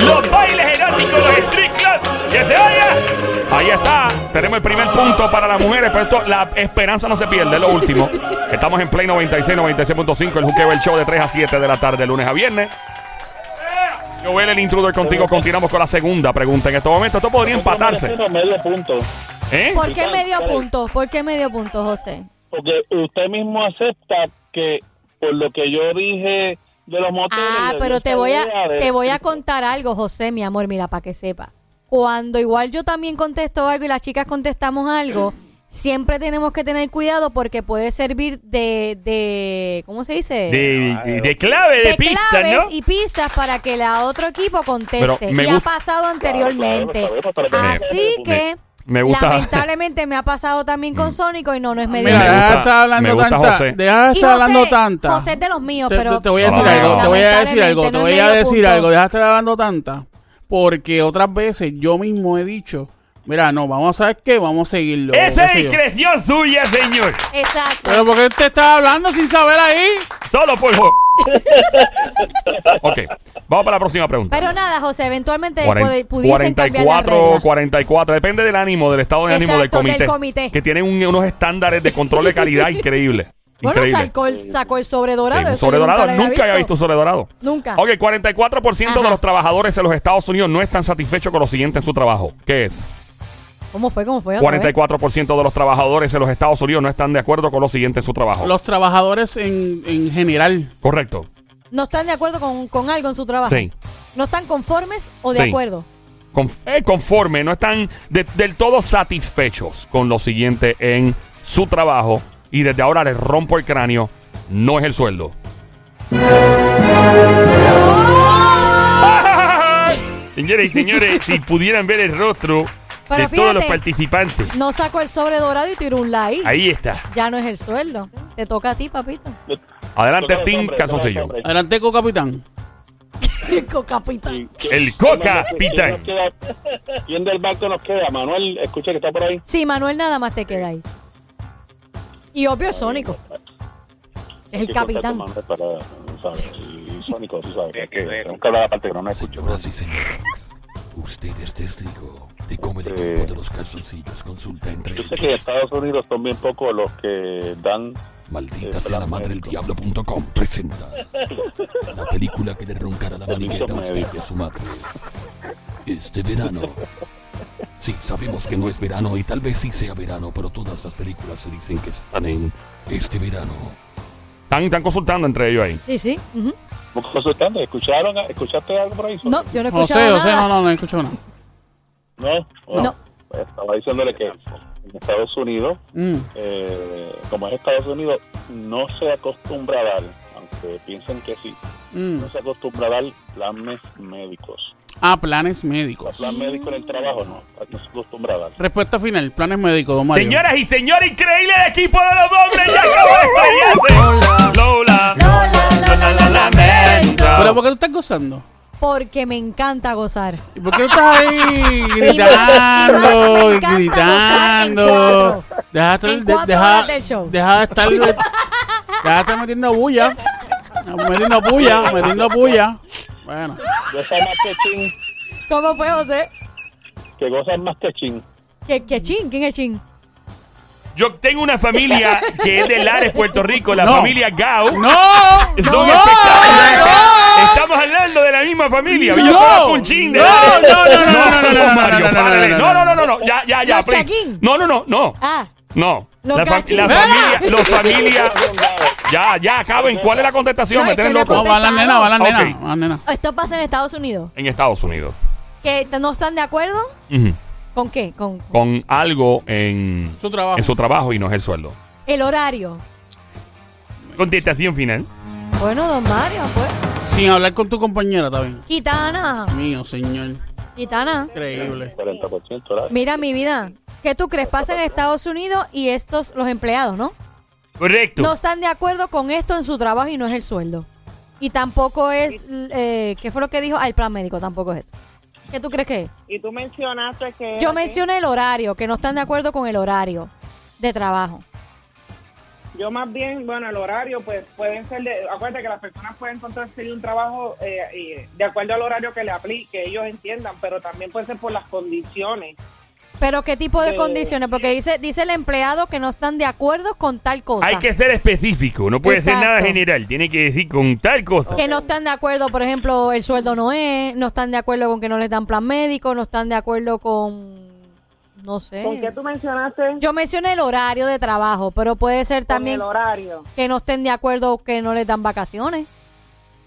A: Los bailes eróticos, los street clubs, que se oiga. Ahí está. Tenemos el primer punto para las mujeres, pero esto, la esperanza no se pierde, es lo último. Estamos en Play 96, 96.5, el juqueo, el show de 3 a 7 de la tarde, lunes a viernes. Joel, el intruder contigo. Continuamos con la segunda pregunta en este momento. Esto podría empatarse.
G: Menos medio punto.
A: ¿Eh?
B: ¿Por qué medio punto? ¿Por qué medio punto, José?
G: Porque usted mismo acepta que por lo que yo dije de los moteles.
B: Ah,
G: le
B: pero
G: dio
B: te
G: esa
B: voy
G: idea
B: a
G: de-
B: te voy a contar algo, José, mi amor, mira, para que sepa. Cuando igual yo también contesto algo y las chicas contestamos algo, siempre tenemos que tener cuidado porque puede servir de, de ¿cómo se dice?
A: De, de- de clave, de,
B: de
A: pista,
B: claves
A: ¿no?
B: y pistas para que la otro equipo
A: Pero
B: conteste.
A: me
B: Y ha
A: gusta-
B: pasado anteriormente.
G: Claro, claro, claro, claro.
B: Así
G: Me-
B: que,
A: me gusta- Mm.
B: lamentablemente, me ha pasado también con Sónico y no, no es medio.
D: Mira,
A: Me
D: deja de
A: gusta-
D: estar
A: me
D: hablando
A: gusta
D: tanta.
A: José.
D: Deja de
B: Y
D: estar hablando
B: José-
D: tanta.
B: José es de los míos,
D: Te-
B: pero.
D: te, te voy a decir
A: No,
D: algo, te voy a decir
B: lamentablemente
D: algo, te
B: no es
D: voy a
B: medio
D: decir
B: punto.
D: algo, deja de estar hablando tanta, porque otras veces yo mismo he dicho, mira, no, vamos a saber qué, vamos a seguirlo.
A: Esa
D: qué
A: es
D: sé yo.
A: discreción suya, señor.
B: Exacto.
D: Pero ¿por qué te estás hablando sin saber ahí?
A: Solo por jo- Ok, vamos para la próxima pregunta.
B: Pero nada, José, eventualmente
A: Cuaren-
B: puede- pudiesen cambiar la
A: 44,
B: regla.
A: 44, depende del ánimo, del estado de ánimo del
B: Exacto, del
A: comité,
B: comité.
A: Que tienen un- unos estándares de control de calidad increíbles.
B: Bueno,
A: Increíble.
B: sacó el, sacó el sobre dorado.
A: Sí, un
B: eso
A: sobre
B: yo
A: dorado.
B: lo
A: Nunca, había visto un sobre dorado.
B: Nunca.
A: Ok, 44% de
B: Ajá.
A: los trabajadores en los Estados Unidos no están satisfechos con lo siguiente en su trabajo. ¿Qué es?
B: ¿Cómo fue? ¿Cómo fue? Otra vez.
A: 44% de los trabajadores en los Estados Unidos no están de acuerdo con lo siguiente en su trabajo.
D: Los trabajadores en, en general.
A: Correcto.
B: ¿No están de acuerdo con, con algo en su trabajo?
A: Sí.
B: ¿No están conformes o de
A: Sí.
B: acuerdo?
A: Conf- eh, conforme, no están de- del todo satisfechos con lo siguiente en su trabajo. Y desde ahora les rompo el cráneo. No es el sueldo. Señores y señores, si pudieran ver el rostro
B: Pero
A: de todos los
B: fíjate.
A: participantes.
B: No sacó el sobre dorado y tiró un like.
A: Ahí está.
B: Ya no es el sueldo. Te toca a ti, papito.
A: Adelante,
G: Toca los
A: Tim
G: hombres, toca los
A: Calzoncillo.
G: hombres.
D: Adelante, co-capitán.
B: El capitán.
A: El Coca Pitán.
G: ¿Quién del barco nos queda? Manuel, escucha que está por ahí.
B: Sí, Manuel nada más te queda ahí. Y obvio es Sónico. Es el
G: Hay que cortar
B: capitán.
G: con Manuel para, ¿sabes? Y Sónico, tú sabes, es que tengo que hablar aparte, pero no escucho.
J: Señoras y señores, usted es testigo de cómo
H: Este,
J: el
G: Eh.
J: equipo de los calzoncillos consulta entre
G: Yo sé
J: ellos.
G: que en Estados Unidos son bien pocos los que dan
J: Maldita
G: Eh,
J: sea la
G: plan
J: madre del
G: médico.
J: diablo.com presenta la película que le roncará la maniqueta a usted y a su madre. Este verano. Sí, sabemos que no es verano y tal vez sí sea verano, pero todas las películas se dicen que están en este verano.
A: Están, están consultando entre ellos ahí.
B: Sí, sí. ujú.
G: ¿Cómo consultando? ¿Escucharon? ¿Escuchaste algo por ahí?
B: No, yo no he escuchado
D: José, José,
B: nada.
D: no, no, no he escuchado nada.
G: No.
B: No.
G: Pues Estaba diciéndole que en Estados Unidos,
D: Mm.
G: eh, como es Estados Unidos, no se acostumbra a dar, aunque piensen que sí,
D: Mm.
G: no se acostumbra a dar planes médicos.
D: Ah, planes
G: O
D: médicos.
G: sea, plan médico en el trabajo no, no se acostumbra a dar.
D: Respuesta final, planes médicos, don Mario.
A: Señoras y señores, increíble el equipo de los hombres. Ya acabó de estrellarse. Lola,
B: Lola, Lola, lo lamento.
D: ¿Pero por qué tú estás gozando?
B: Porque me encanta gozar.
D: ¿Y por qué tú estás ahí gritando,
B: me encanta gozar en
D: gritando?
B: cuatro.
D: Deja de
B: En
D: estar,
B: cuatro
D: de- deja-
B: horas del show.
D: deja de estar, deja de estar metiendo bulla, metiendo bulla, metiendo bulla. Bueno,
G: Gozan más que chin,
B: ¿Cómo fue, José?
G: que gozan más que chin.
B: ¿Qué, qué chin? ¿Quién es chin?
A: Yo tengo una familia que es de Lares, Puerto Rico, la
D: No.
A: familia Gao.
D: no,
A: Son
D: no,
A: espectaculares.
D: no.
A: Estamos hablando de la misma familia.
D: No.
A: Yo conozco un chin de
D: No,
A: Lares.
D: no, no, no, no, no, no,
A: Mario,
D: no, no, no, no,
A: párale.
D: no,
A: No,
D: no,
A: no, no, no, no. Ya, ya, ya.
B: Los
A: please.
B: Chaguín.
A: No, no, no, no.
B: Ah,
A: No.
B: Los
A: La, fa-
B: Gachis.
A: la
B: ¡Ah!
A: familia, los familia. Ya, ya, acaben. ¿Cuál es la contestación?
B: No,
A: Me
B: es que
A: tienen
B: no he
A: loco.
D: No, va la nena, va la nena,
A: Ok.
D: va la nena.
B: esto pasa en Estados Unidos.
A: En Estados Unidos.
B: ¿Que t- no están de acuerdo?
A: Ujú.
B: ¿Con qué? Con
A: Con algo en
D: Su trabajo.
A: en su trabajo y no es el sueldo.
B: el horario.
A: Contestación final.
B: Bueno, don Mario, pues.
D: Sin hablar con tu compañera, está bien.
B: Gitana,
D: Mío, señor.
B: gitana.
D: Increíble.
G: 40%, ¿verdad?
B: Mira, mi vida. ¿Qué tú crees? Pasa en Estados Unidos y estos, los empleados, ¿no?
A: Correcto.
B: No están de acuerdo con esto en su trabajo y no es el sueldo. Y tampoco es, eh, ¿qué fue lo que dijo? Ah, el plan médico tampoco es eso. ¿Qué tú crees que es?
E: Y tú mencionaste que...
B: Yo mencioné el horario, que no están de acuerdo con el horario de trabajo.
E: Yo más bien, bueno, el horario, pues pueden ser de... Acuérdate que las personas pueden conseguir un trabajo eh, eh, de acuerdo al horario que le aplique, que ellos entiendan, pero también puede ser por las condiciones.
B: Pero qué tipo de
E: Eh.
B: condiciones, porque dice dice el empleado que no están de acuerdo con tal cosa.
A: Hay que ser específico, no puede ser nada
B: Exacto.
A: general, tiene que decir con tal cosa.
B: que no están de acuerdo, por ejemplo, el sueldo no es, no están de acuerdo con que no les dan plan médico, no están de acuerdo con no sé.
E: ¿Con qué tú mencionaste?
B: Eh. Yo mencioné el horario de trabajo, pero puede ser también
E: Con el horario.
B: que no estén de acuerdo que no les dan vacaciones.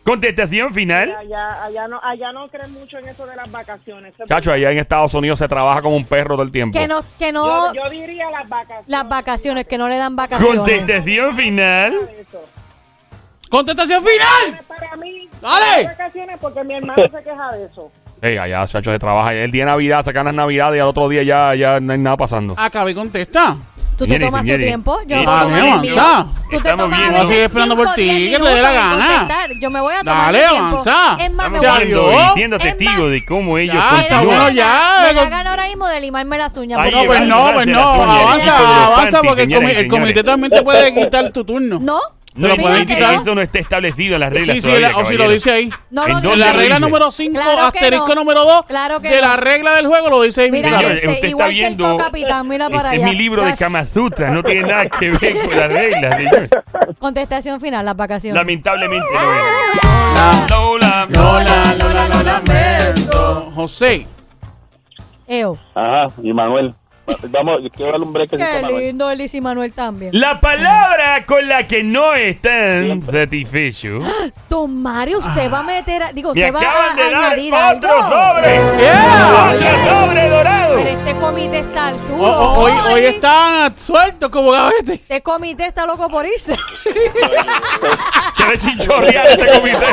A: Contestación final.
E: Allá, allá, no, allá no creen mucho en eso de las vacaciones. Eso es
A: Chacho, allá en Estados Unidos se trabaja como un perro todo el tiempo.
B: Que no que no
E: Yo, yo diría las vacaciones.
B: las vacaciones, que no le dan vacaciones.
A: Contestación final.
E: Eso.
D: ¡Contestación final!
E: Para mí,
D: ¡Dale!
E: las vacaciones porque mi hermano se queja de eso.
A: Ey, allá, chacho, se trabaja. El día de Navidad, sacan las Navidades y al otro día ya, ya no hay nada pasando.
B: Ah,
D: Acabé contesta.
B: Tú te
A: Señores,
B: tomas tu
A: señores.
B: tiempo, yo me
A: Sí.
B: voy a
D: Ah,
B: tomar
D: bien,
B: el mío.
D: avanza.
B: Tú te
A: Estamos
B: tomas
A: bien,
B: a
A: ¿no?
B: los
A: Sigue
D: esperando
B: cinco,
D: por ti,
B: diez
D: que te dé la
B: minutos en
D: gana.
B: contestar. Yo me voy a tomar
D: Dale,
B: mi tiempo.
D: avanza.
B: Es más, me
D: Dame
A: Estamos
B: voy a
D: chance.
A: siendo
D: adiós.
A: viviendo
B: Es más,
A: testigos de cómo ellos
D: ya,
B: Me da
D: Está
A: continúan.
D: bueno,
B: gana-
D: ya.
B: Me da gana ahora mismo de limarme las uñas.
A: Ahí
D: No,
B: porque-
A: es,
D: pues no, pues no.
A: Señores, chicos, los
D: Avanza, avanza,
A: panties,
D: porque el, comi-
A: señores,
D: el comité
A: señores.
D: también te puede quitar tu turno.
B: No.
A: No,
D: lo
A: no,
D: pueden
A: no,
D: quitar.
A: Eso no está establecido en las reglas.
D: Sí, sí,
A: todavía,
D: la- o si lo
A: caballero.
D: dice ahí.
B: No
A: ¿En dónde
B: lo
D: En
B: dice.
D: la
A: dice?
D: regla número 5,
B: Claro que
D: asterisco
B: no.
D: número 2,
B: Claro que
D: de
B: no.
D: la regla del juego lo dice ahí.
B: Mira,
A: Señor,
D: Mira,
A: usted está
B: este, igual que el
A: viendo-
B: capitán, mira para
A: Este es
B: allá.
A: mi libro de
B: Dash.
A: Kama Sutra, no tiene nada que ver con las reglas, señor.
B: Contestación final, las vacaciones.
A: Lamentablemente no es.
B: Ah.
D: La-
A: Lola.
D: Lola, Lola, lo lamento. José,
B: Eo.
G: Ajá, y Manuel. Vamos, yo quiero darle un break.
B: Qué
G: Manuel.
B: lindo, Elis y Manuel también.
A: La palabra con la que no están satisfechos.
B: Don Mario, usted va a meter. a- digo,
A: Ah. Me
B: usted Ah, va
A: acaban de
B: a añadir
A: dar otro
B: algo.
A: sobre.
D: ¡eh! yeah.
A: Otro sobre dorado.
B: Pero este comité está al sur.
D: O- o- hoy, hoy están sueltos como gavete.
B: Este comité está loco por irse.
A: Quiere chinchorrear este comité.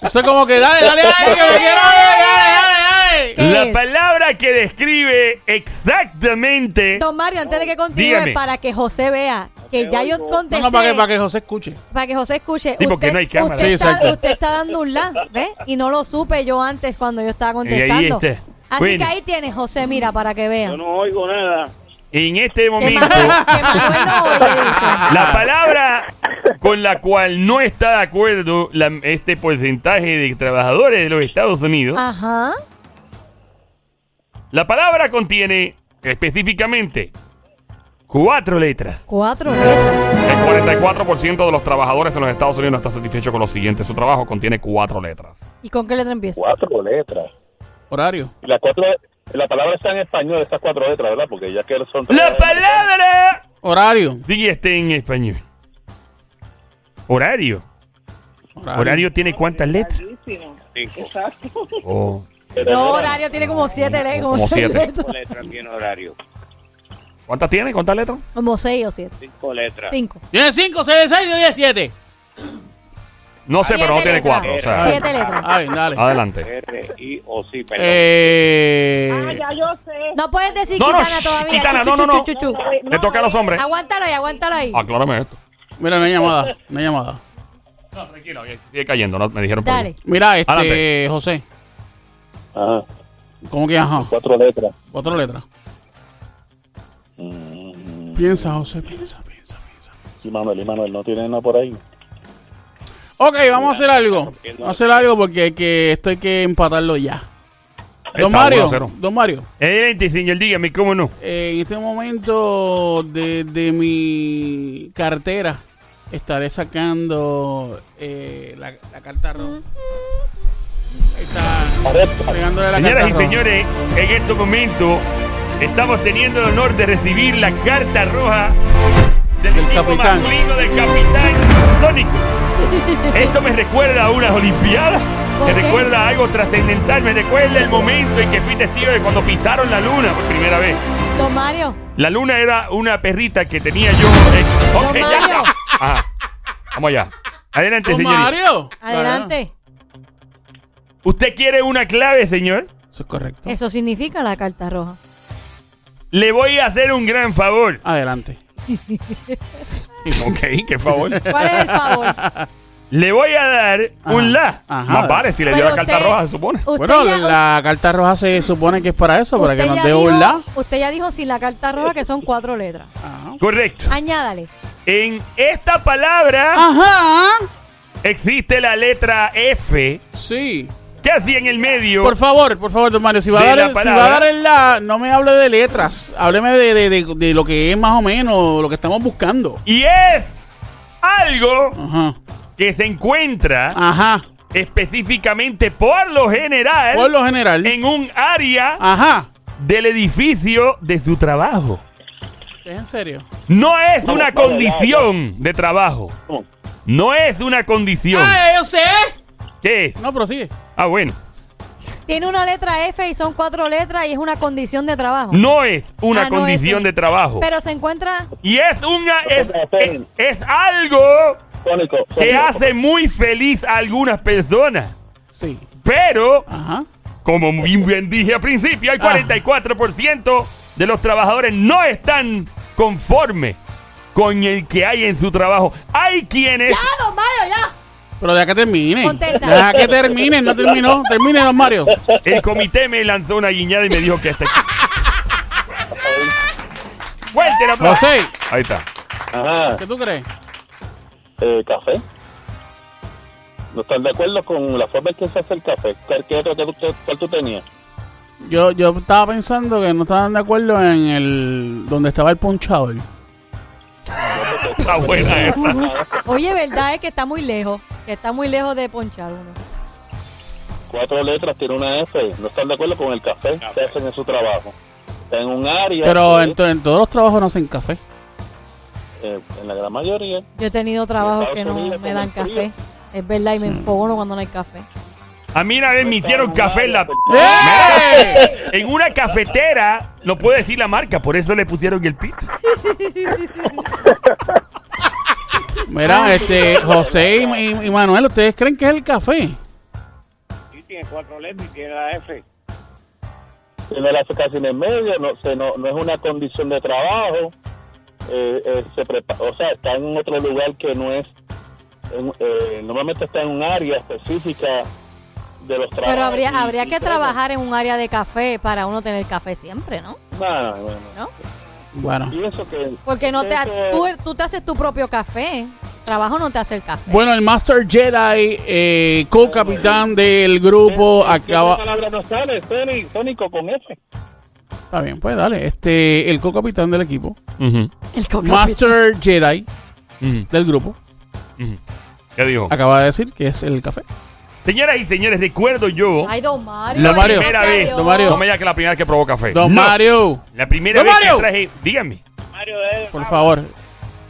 D: Eso es como que dale, dale, dale, que me quiero, dale, dale, dale, dale.
B: ¿Qué
A: La
B: es?
A: palabra palabra que describe exactamente.
B: Don Mario, antes de que continúe,
A: Dígame.
B: para que José vea que ya yo contesté.
D: No, no, para que, para que José escuche.
B: para que José escuche.
A: Sí, porque no hay cámara.
B: Usted,
D: Sí,
B: está,
D: exacto.
B: usted está dando un la, ¿ves? Y no lo supe yo antes cuando yo estaba
A: Y ahí
B: contestando.
A: está.
B: Así
A: Bueno,
B: que ahí tienes, José, mira, para que vean.
I: Yo no oigo nada.
A: en este
B: Que
A: momento,
B: Manuel, que Manuel no oye, dice.
A: la palabra con la cual no está de acuerdo la- este porcentaje de trabajadores de los Estados Unidos,
B: Ah. Ajá.
A: la palabra contiene específicamente cuatro letras.
B: Cuatro letras.
A: El 44% de los trabajadores en los Estados Unidos no está satisfecho con lo siguiente. Su trabajo contiene cuatro letras.
B: ¿Y con qué letra empieza?
G: Cuatro letras.
D: Horario.
G: Y las cuatro, la palabra está en español, esas cuatro letras, ¿verdad? Porque ya que son...
A: ¡La palabra!
D: Horario.
A: Dí este en español. Horario. ¿Horario tiene cuántas letras?
E: Buenísimo.
I: Cinco.
E: Exacto.
A: Oh,
B: No, horario tiene como siete letras. Como,
A: Como
B: seis
A: siete.
I: Cinco
B: letras.
I: letras tiene horario.
A: ¿Cuántas tiene? ¿Cuántas letras?
B: Como seis o siete.
I: Cinco letras.
B: Cinco.
D: Tiene 5, 6, 6, 10, 7.
A: No sé, pero no
B: Ah, Siete
A: tiene cuatro. O
B: letras.
A: sea,
B: Siete letras.
D: A ver, dale.
A: adelante.
I: R, I o sí, perdón.
E: Ah,
D: Eh,
E: ya yo sé.
B: No puedes decir
A: No, no,
B: Kitana
A: shh,
B: todavía.
A: Kitana,
B: Chu,
A: no,
B: chu,
A: no, Ah, no.
B: chu, chu, chu.
A: Le toca a los hombres.
B: Aguántalo ahí, aguántalo ahí.
A: Aclárame esto.
D: mira, no hay llamada. No hay llamada.
A: No, tranquilo, que sigue cayendo. No, me dijeron por
B: Dale.
A: ahí.
D: Mira, este,
A: Adelante.
D: José.
G: Ajá,
D: ¿Cómo que ajá?
G: cuatro letras.
D: Otra letra.
G: Mm.
D: Piensa, José, piensa, piensa, piensa.
G: Sí, Manuel, y Manuel, no tiene nada por ahí.
D: Ok, vamos a hacer algo. Vamos a hacer algo porque hay que, esto hay que empatarlo ya.
A: Está
D: Don
A: uno
D: Mario,
A: a cero.
D: Don Mario,
A: Adelante, señor, dígame cómo no.
D: eh, en este momento de, de mi cartera estaré sacando eh, la, la carta roja. Ahí Está pegándole la
A: Señoras
D: carta
A: y
D: roja.
A: señores, en este momento estamos teniendo el honor de recibir la carta roja del,
D: Del
A: equipo
D: capitán.
A: masculino del capitán Tónico. Esto me recuerda a unas Olimpiadas,
B: ¿Por
A: me
B: qué?
A: recuerda a algo trascendental, me recuerda el momento en que fui testigo de cuando pisaron la luna por primera vez.
B: Don Mario.
A: La luna era una perrita que tenía yo. eh, ok,
B: Don
A: ya
B: Mario.
A: está. Ajá. Vamos allá. Adelante,
D: Don
A: señorita.
D: Mario.
B: Adelante.
A: ¿Usted quiere una clave, señor?
D: Eso es correcto.
B: Eso significa la carta roja.
A: Le voy a hacer un gran favor.
D: Adelante.
A: Ok, qué favor.
B: ¿Cuál es el favor?
A: Le voy a dar un la.
D: ajá.
A: Más vale si le dio
B: Pero
A: la carta
B: usted-
A: roja, se supone.
B: usted
D: Bueno,
B: ya-
D: la carta roja se supone que es para eso, para que
B: usted
D: nos
B: ya
D: dé
B: dijo-
D: un la.
B: Usted ya dijo sin la carta roja que son cuatro letras.
D: Ah. Uh.
A: Correcto.
B: Añádale.
A: En esta
D: Ah.
A: palabra
D: Ajá.
A: existe la letra F,
D: Sí.
A: casi en el medio.
D: Por favor, por favor, don Mario, si va,
A: De
D: a dar
A: la
D: el, si
A: palabra.
D: va a dar el la, no me hable de letras. Hábleme de, de- de- de lo que es más o menos, lo que estamos buscando.
A: Y es algo
D: Ajá.
A: que se encuentra
D: Ajá.
A: específicamente por lo general
D: Por lo Ah. general.
A: en un área
D: Ajá.
A: del edificio de su trabajo.
D: ¿Es en serio?
A: No es
G: Vamos,
A: una
G: vamos,
A: condición de trabajo.
G: ¿Cómo?
A: No es una condición.
D: ¡Ah, yo sé!
A: ¿Qué es?
D: No, prosigue.
A: Ah, bueno.
B: Tiene una letra F y son cuatro letras y es una condición de trabajo.
A: No es una
B: Ah, no es
A: condición
B: un-
A: de trabajo.
B: Pero se encuentra.
A: Y es una es, es,
G: Esperen.
A: es algo
G: Sónico.
A: que
G: Sónico.
A: hace muy feliz a algunas personas.
D: Sí.
A: Pero,
D: Ajá.
A: como muy bien dije al principio, el 44% de los trabajadores no están conformes con el que hay en su trabajo. Hay quienes...
B: ¡Ya, don Mario, ya!
D: Pero deja que termine.
B: Contenta.
D: Deja que termine, no terminó. Termine, don Mario.
A: El comité me lanzó una guiñada y me dijo que este... ¡Fuerte el aplauso!
D: José,
A: Ahí está.
G: Ajá.
D: ¿qué tú crees?
G: Eh, café. No están de acuerdo con la forma en que se hace el café. ¿Cuál, qué otro, que tú- que- cuál tú tenías?
D: Yo, yo estaba pensando que no estaban de acuerdo en el donde estaba el punchador.
A: Está buena esa.
B: Oye, verdad es que está muy lejos. Que está muy lejos de ponchar uno.
G: Cuatro letras, tiene una F. No están de acuerdo con el café, que hacen en su trabajo. Está en un área.
D: Pero
G: que-
D: en, to- en todos los trabajos no hacen café.
G: eh, en la gran mayoría.
B: Yo he tenido trabajos
G: Estados
B: que no
G: Unidos
B: me
G: con
B: dan
G: el frío.
B: café. Es verdad, y me enfogono cuando no hay café.
A: A mí una vez me hicieron café en la...
D: ¡Eh!
A: En una cafetera, no puedo decir la marca, por eso le pusieron el pito.
D: Mira, este, José y, y- y Manuel, ¿ustedes creen que es el café?
I: Sí, tiene cuatro letras y tiene la F.
G: se no le hace casi en el medio, no, se no, no es una condición de trabajo, eh, eh, se prepa- o sea, está en otro lugar que no es, en- eh, normalmente está en un área específica de los trabajos.
B: Pero habría,
G: y-
B: habría
G: y
B: que
G: todo.
B: trabajar en un área de café para uno tener café siempre, ¿no?
G: No, no, no.
B: ¿No?
D: Bueno.
G: Y eso que...
B: Porque no te,
G: eso-
B: tú, tú te haces tu propio café. Trabajo no te hace el café.
D: Bueno, el Master Jedi, eh, co-capitán del grupo,
G: ¿Qué
D: acaba.
G: palabra no sale? Tony, tónico con F.
D: Está bien, pues dale. Este, el co-capitán del equipo,
A: Ujú,
B: El coca-
D: Master Jedi
A: ujú,
D: del grupo,
A: ujú. ¿Qué dijo?
D: acaba de decir que es el café.
A: Señoras y señores, recuerdo yo.
B: Ay, don Mario.
D: Don Mario.
A: primera
B: gracias a
A: vez.
B: Dios.
D: Don Mario.
A: No me digas que la primera vez que probó café.
D: Don
A: No,
D: Mario,
A: La primera
D: Don
A: vez
D: Mario.
A: que traje. Díganme.
I: Mario es
D: por favor.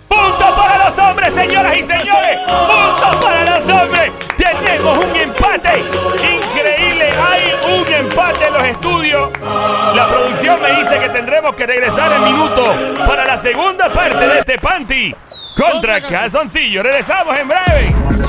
A: ¡Punto para los hombres, señoras y señores! ¡Punto para los hombres! ¡Tenemos un empate! ¡Increíble! Hay un empate en los estudios. La producción me dice que tendremos que regresar en minuto para la segunda parte de este panty. Contra Calzoncillo. Regresamos en breve.